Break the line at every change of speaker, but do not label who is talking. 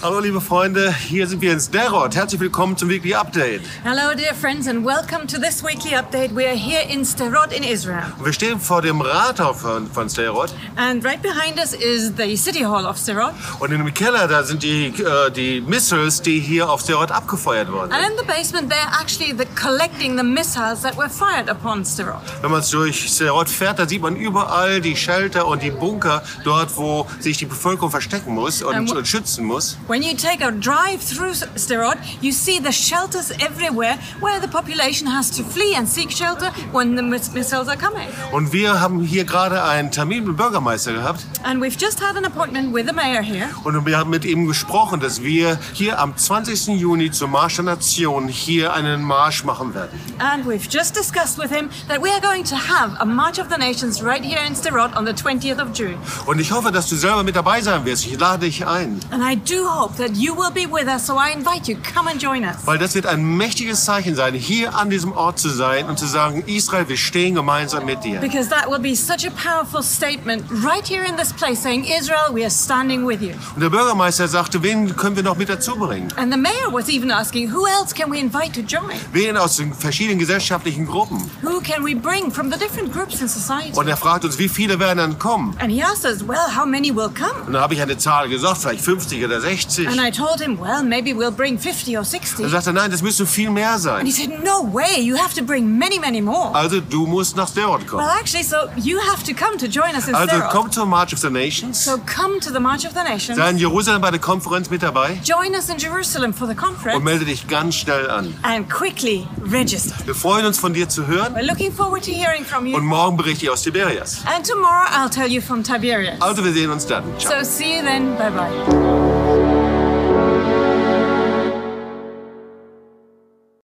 Hallo liebe Freunde, hier sind wir in Sderot. Herzlich willkommen zum Weekly Update.
Hello, dear friends, and welcome to this weekly update. We are here in Sderot in Israel.
Wir stehen vor dem Rathaus von, von Sderot
And right behind us is the city hall of Sderot.
und im Keller, da sind die, äh, die Missiles, die hier auf Sderot abgefeuert worden
And
sind.
in the basement, they're actually the collecting the missiles that were fired upon Sderot.
Wenn man durch Sderot fährt, da sieht man überall die Shelter und die Bunker, dort wo sich die Bevölkerung verstecken muss und,
Ähm,
und schützen muss.
When you take a drive through Sderot, you see the shelters everywhere where the population has to flee and seek shelter when the miss- missiles are coming.
Und wir haben hier gerade einen Termin mit dem Bürgermeister gehabt
And we've just had an appointment with the mayor here.
und wir haben mit ihm gesprochen, dass wir hier am 20. Juni zum Marsch der Nation hier einen Marsch machen werden.
And we've just discussed with him that we are going to have a March of the Nations right here in Sderot on the 20th of June.
Und ich hoffe, dass du selber mit dabei sein wirst. Ich lade dich ein,
And I do hope that you will be with us, so I invite you, come and join us.
weil das wird ein mächtiges Zeichen sein, hier an diesem Ort zu sein und zu sagen, Israel, wir stehen gemeinsam mit dir.
Because that will be such a powerful statement right here in this place saying, Israel, we are standing with you.
Und der Bürgermeister sagte, wen können wir noch mit dazu bringen?
And the mayor was even asking, who else can we invite to join?
Wen aus den verschiedenen gesellschaftlichen Gruppen?
Who can we bring from the different groups in society?
Und er fragt uns, wie viele werden dann kommen?
And he asked us, well, how many will come?
Und da habe ich eine Zahl gesagt, vielleicht 50 oder 60.
And
Und
I told him, well, maybe we'll bring 50 or 60.
er
And
sagte, nein, das müssen viel mehr
he
sein.
said, no way, you have to bring many, many more.
Also du musst nach Sderot
Well,
kommen.
actually, so you have to come to join us in
Also
Sderot.
komm zur March of the Nations.
So come to the March of the Nations.
Sei in Jerusalem bei der Konferenz mit dabei
Join us in Jerusalem for the
und
conference
melde dich ganz schnell an.
and quickly register.
Wir freuen uns, von dir zu hören.
We're looking forward to hearing from
Und
you.
morgen berichte ich aus Tiberias.
And tomorrow I'll tell you from Tiberias.
Also wir sehen uns dann. Ciao.
So see you then. Bye bye.